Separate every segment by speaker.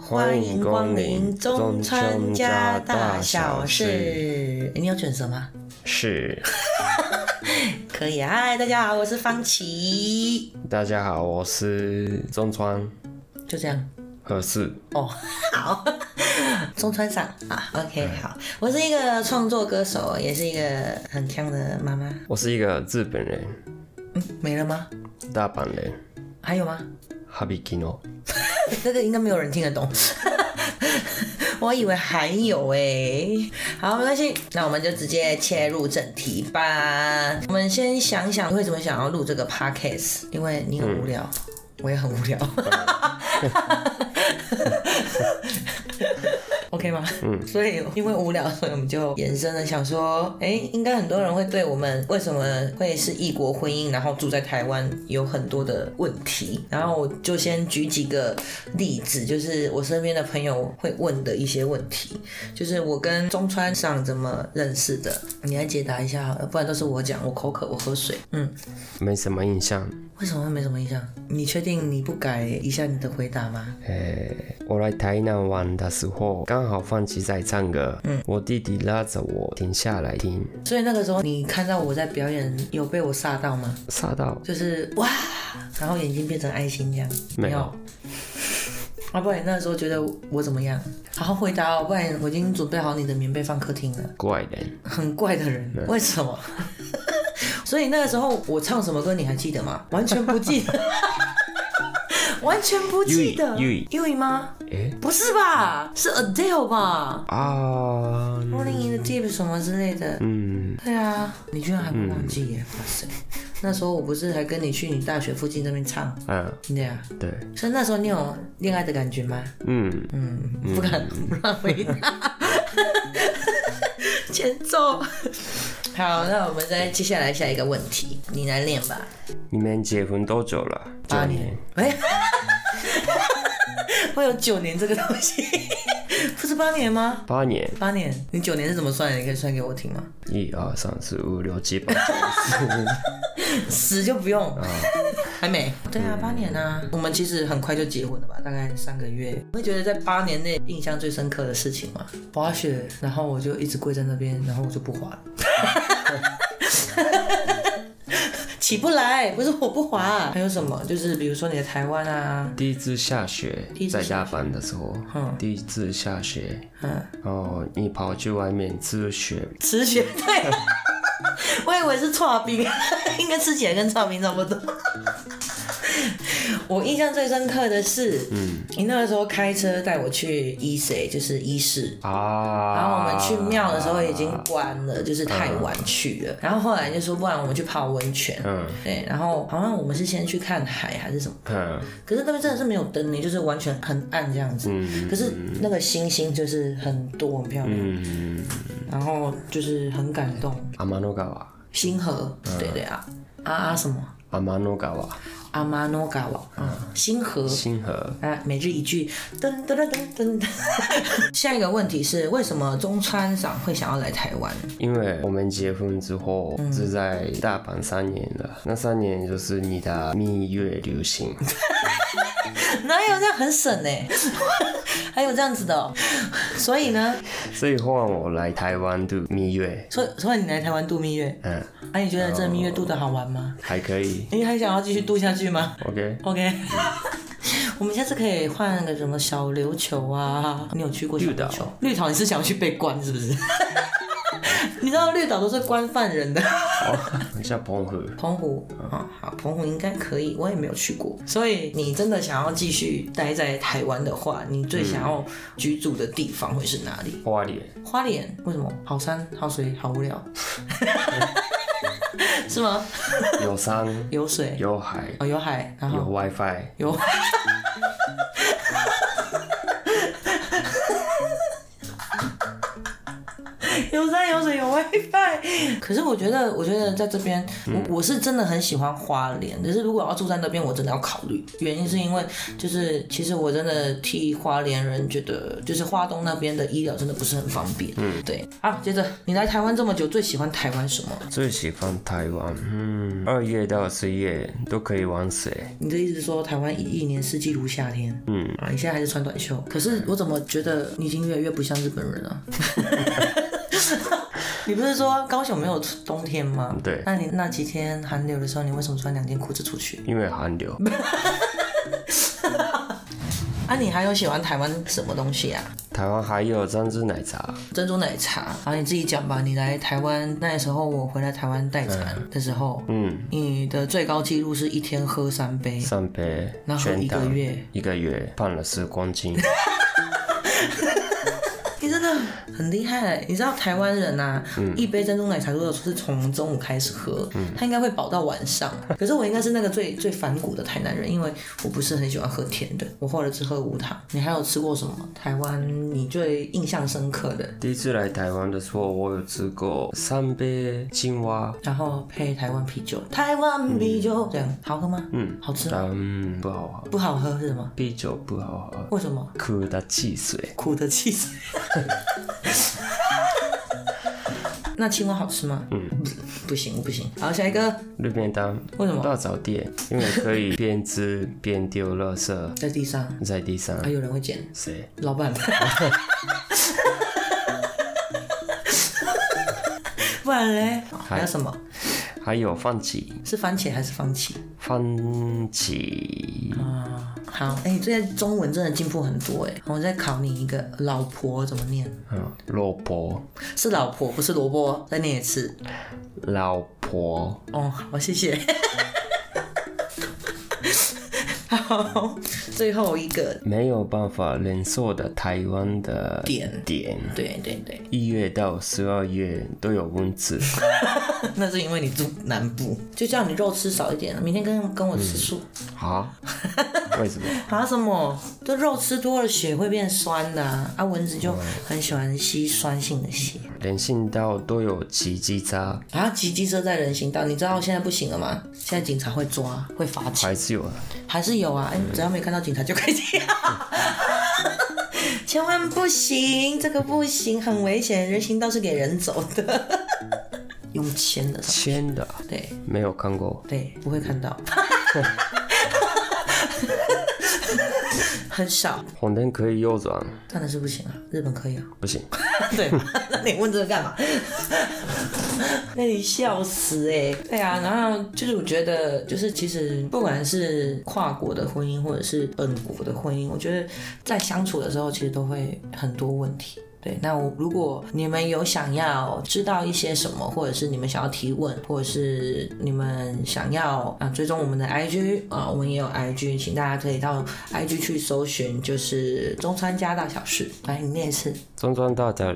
Speaker 1: 欢迎光临中川家大小事。
Speaker 2: 诶你有卷舌吗？
Speaker 1: 是，
Speaker 2: 可以啊。嗨，大家好，我是方琦。
Speaker 1: 大家好，我是中川
Speaker 2: 就这样
Speaker 1: 和四。
Speaker 2: 哦，好。中川赏啊，OK，好。
Speaker 1: 哎
Speaker 2: 我是一个创作歌手，也是一个很强的妈妈。
Speaker 1: 我是一个日本人，
Speaker 2: 嗯，没了吗？
Speaker 1: 大阪人，
Speaker 2: 还有吗？
Speaker 1: 哈比基诺。
Speaker 2: 这个应该没有人听得懂。 我以为还有哎、好，没关系，那我们就直接切入正题吧。我们先想想为什么想要录这个 podcast，因为你很无聊，我也很无聊。OK 吗？嗯，所以因为无聊，所以我们就延伸了，想说，哎、应该很多人会对我们为什么会是异国婚姻，然后住在台湾有很多的问题。然后我就先举几个例子，就是我身边的朋友会问的一些问题，就是我跟中川上怎么认识的，你来解答一下好呃了，不然都是我讲，我口渴，我喝水。嗯，
Speaker 1: 没什么印象。
Speaker 2: 为什么会没什么印象？你确定你不改一下你的回答吗？
Speaker 1: 诶、我来台南玩的时候，刚好放起在唱歌，我弟弟拉着我停下来听，
Speaker 2: 所以那个时候你看到我在表演，有被我吓到吗？
Speaker 1: 吓到
Speaker 2: 就是哇，然后眼睛变成爱心这样，
Speaker 1: 没有
Speaker 2: 有。啊，不然你那时候觉得我怎么样？好好回答哦，不然我已经准备好你的棉被放客厅了。
Speaker 1: 怪人，
Speaker 2: 很怪的人，为什么？ 所以那个时候我唱什么歌你还记得吗？完全不记 得，完全不记得。
Speaker 1: Yui，
Speaker 2: Yui 吗？
Speaker 1: 诶、
Speaker 2: 不是吧？是 Adele 吧
Speaker 1: 啊，
Speaker 2: ？Rolling in the Deep 什么之类的。
Speaker 1: 嗯，
Speaker 2: 对啊，你居然还不忘记耶！哇塞，那时候我不是还跟你去你大学附近那边唱？
Speaker 1: 啊，
Speaker 2: 对啊，
Speaker 1: 对，
Speaker 2: 所以那时候你有恋爱的感觉吗？
Speaker 1: 嗯，
Speaker 2: 嗯，不敢不让回答。 前奏。好，那我们再接下来下一个问题，你来念吧。
Speaker 1: 你们结婚多久了？九年。。
Speaker 2: 哎， 会有九年这个东西， 不是八年吗？
Speaker 1: 八年，
Speaker 2: 八年，你九年是怎么算的？你可以算给我听吗？
Speaker 1: 一二三四五六七 八九十，
Speaker 2: 十就不用，还没。对啊，八年啊，我们其实很快就结婚了吧，大概三个月。会觉得在八年内印象最深刻的事情吗？滑雪，然后我就一直跪在那边，然后我就不滑了。起不来，不是我不滑、还有什么？就是比如说你的台湾啊，
Speaker 1: 第一次下雪
Speaker 2: 第一，次
Speaker 1: 在
Speaker 2: 下
Speaker 1: 大阪的时候，第一次下雪，
Speaker 2: 嗯，
Speaker 1: 哦，你跑去外面吃雪，
Speaker 2: 吃雪对， 我以为是刨冰， 应该吃起来跟刨冰差不多。 我印象最深刻的是，嗯，你那个时候开车带我去伊谁，就是伊势。
Speaker 1: 啊，
Speaker 2: 然后我们去庙的时候已经关了，就是太晚去了。然后后来就说，不然我们去泡温泉。
Speaker 1: 嗯
Speaker 2: 对，然后好像我们是先去看海还是什么，
Speaker 1: 嗯，
Speaker 2: 可是那边真的是没有灯，你就是完全很暗这样子。可是那个星星就是很多，很漂亮，
Speaker 1: 嗯，
Speaker 2: 然后就是很感动。
Speaker 1: 阿玛诺嘎瓦，
Speaker 2: 星河，对对啊，啊啊什么
Speaker 1: 阿玛诺嘎瓦，
Speaker 2: 阿玛诺嘎瓦，嗯，星河。
Speaker 1: 星河，
Speaker 2: 啊，每日一句，噔噔噔噔噔噔。 下一个问题是，为什么中川赏会想要来台湾？
Speaker 1: 因为我们结婚之后
Speaker 2: 嗯
Speaker 1: 是在大阪三年了，那三年就是你的蜜月旅 行，
Speaker 2: 哪有这样很省呢？欸 还有这样子的、哦，所以呢，
Speaker 1: 所以换我来台湾度蜜月，
Speaker 2: 所以所以你来台湾度蜜月，
Speaker 1: 嗯，
Speaker 2: 啊，你觉得这蜜月度的好玩吗？
Speaker 1: 还可以
Speaker 2: 你还想要继续度下去吗？
Speaker 1: ，OK，
Speaker 2: OK，我们下次可以换个什么小琉球啊？你有去过小琉球？绿岛你是想要去被关是不 是？你知道绿岛都是关犯人的。
Speaker 1: 好，哦像澎湖。
Speaker 2: 澎湖啊、好，澎湖应该可以，我也没有去过。所以你真的想要继续待在台湾的话，你最想要居住的地方会是哪里？
Speaker 1: 花莲，
Speaker 2: 花莲？为什么？好山好水好无聊， 是吗？
Speaker 1: 有山，
Speaker 2: 有水，
Speaker 1: 有海，
Speaker 2: 哦，有海，然后
Speaker 1: 有 WiFi，
Speaker 2: 有。 有山有水有 WiFi， WiFi。可是我觉得，我觉得在这边，我我是真的很喜欢花莲，只是如果要住在那边，我真的要考虑。原因是因为，就是其实我真的替花莲人觉得，就是花东那边的医疗真的不是很方便。嗯，对。好，接着你来台湾这么久，最喜欢台湾什么？
Speaker 1: 最喜欢台湾，嗯，二月到四月都可以玩水。
Speaker 2: 你的意思是说台湾一一年四季如夏天？嗯啊，你现在还是穿短袖，可是我怎么觉得你已经越来越不像日本人了、啊 你不是说高雄没有冬天吗？
Speaker 1: 对
Speaker 2: 那你那几天寒流的时候，你为什么穿两件裤子出去？
Speaker 1: 因为寒流，
Speaker 2: 啊，你还有喜欢台湾什么东西啊？
Speaker 1: 台湾还有珍珠奶茶，
Speaker 2: 珍珠奶茶，啊，你自己讲吧。你来台湾那时候，我回来台湾待产的时候，
Speaker 1: 嗯，
Speaker 2: 你的最高纪录是一天喝三杯，
Speaker 1: 三杯
Speaker 2: 嗯然，后
Speaker 1: 全
Speaker 2: 一个
Speaker 1: 糖
Speaker 2: 月，
Speaker 1: 一个月胖了十公 斤。
Speaker 2: 你真的很厉害。你知道台湾人啊，一杯珍珠奶茶如果是从中午开始喝，他应该会饱到晚上。可是我应该是那个最最反骨的台南人，因为我不是很喜欢喝甜的，我后来只喝无糖。你还有吃过什么台湾你最印象深刻的？
Speaker 1: 第一次来台湾的时候，我有吃过三杯青蛙，
Speaker 2: 然后配台湾啤酒，台湾啤酒、这样好喝吗？嗯，好吃吗。
Speaker 1: 但嗯不好喝，
Speaker 2: 不好喝是什么？
Speaker 1: 啤酒不好喝，
Speaker 2: 为什么？
Speaker 1: 苦的汽水
Speaker 2: 苦的气 死。那青蛙好吃吗？嗯，不行，我不行。好，下一个，
Speaker 1: 路边摊，
Speaker 2: 为什么
Speaker 1: 大早店，因为可 以边吃边丢垃圾
Speaker 2: 在地上，啊，
Speaker 1: 在地上。
Speaker 2: 有人会捡。
Speaker 1: 谁？
Speaker 2: 老板。 不然嘞，还有什么？
Speaker 1: 还有番茄，
Speaker 2: 是番茄还是番茄？
Speaker 1: 番茄
Speaker 2: 啊，好，哎、最近中文真的进步很多哎。我再考你一个，老婆怎么念？
Speaker 1: 嗯，萝卜，
Speaker 2: 是老婆，不是萝卜。再念一次。
Speaker 1: 老婆，
Speaker 2: 哦，好，谢谢。 好，最后一个，
Speaker 1: 没有办法忍受的台湾的
Speaker 2: 点
Speaker 1: 点，
Speaker 2: 对对对，
Speaker 1: 一月到十二月都有蚊子。
Speaker 2: 那是因为你住南部，就叫你肉吃少一点，明天跟跟我吃素。
Speaker 1: 啊？为什么？
Speaker 2: 啊什么？这肉吃多了血会变酸的啊！啊蚊子就很喜欢吸酸性的血
Speaker 1: 人行道都有骑机车，
Speaker 2: 啊！骑机车在人行道，你知道现在不行了吗？现在警察会抓，会罚钱，
Speaker 1: 还是有啊
Speaker 2: 还是有啊！哎、只要没看到警察就可以这样。千万不行，这个不行，很危险。人行道是给人走的，用牵的，
Speaker 1: 签的，
Speaker 2: 对
Speaker 1: 没有看过。
Speaker 2: 对，不会看到，很少，
Speaker 1: 红灯可以右转，
Speaker 2: 当然是不行啊。日本可以啊。
Speaker 1: 不行。
Speaker 2: 对吧？那你问这个干嘛？ 那你笑死哎、欸！对啊，然后就是我觉得，就是其实不管是跨国的婚姻，或者是本国的婚姻，我觉得在相处的时候，其实都会很多问题。对，那我如果你们有想要知道一些什么，或者是你们想要提问，或者是你们想要啊追踪我们的 IG 啊，我们也有 IG，请大家可以到 IG 去搜寻，就是中川家大小事。来，你念一次。
Speaker 1: 中川大桥，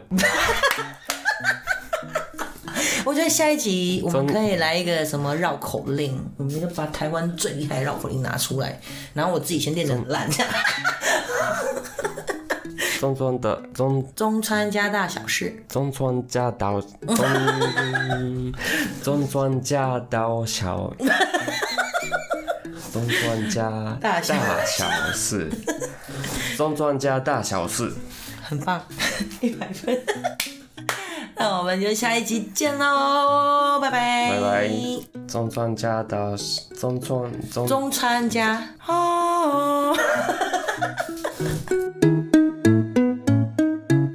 Speaker 2: 我觉得下一集我们可以来一个什么绕口令，我们就把台湾最厉害的绕口令拿出来，然后我自己先练得很烂。
Speaker 1: 中川的中
Speaker 2: 中川家大小事，
Speaker 1: 中川家岛中 中川家岛 小，中川家
Speaker 2: 大小
Speaker 1: 小事，中川家大小事，
Speaker 2: 很棒， 一百分。那我们就下一集见喽，拜拜。
Speaker 1: 拜拜。中川家岛中川中
Speaker 2: 中川家哦。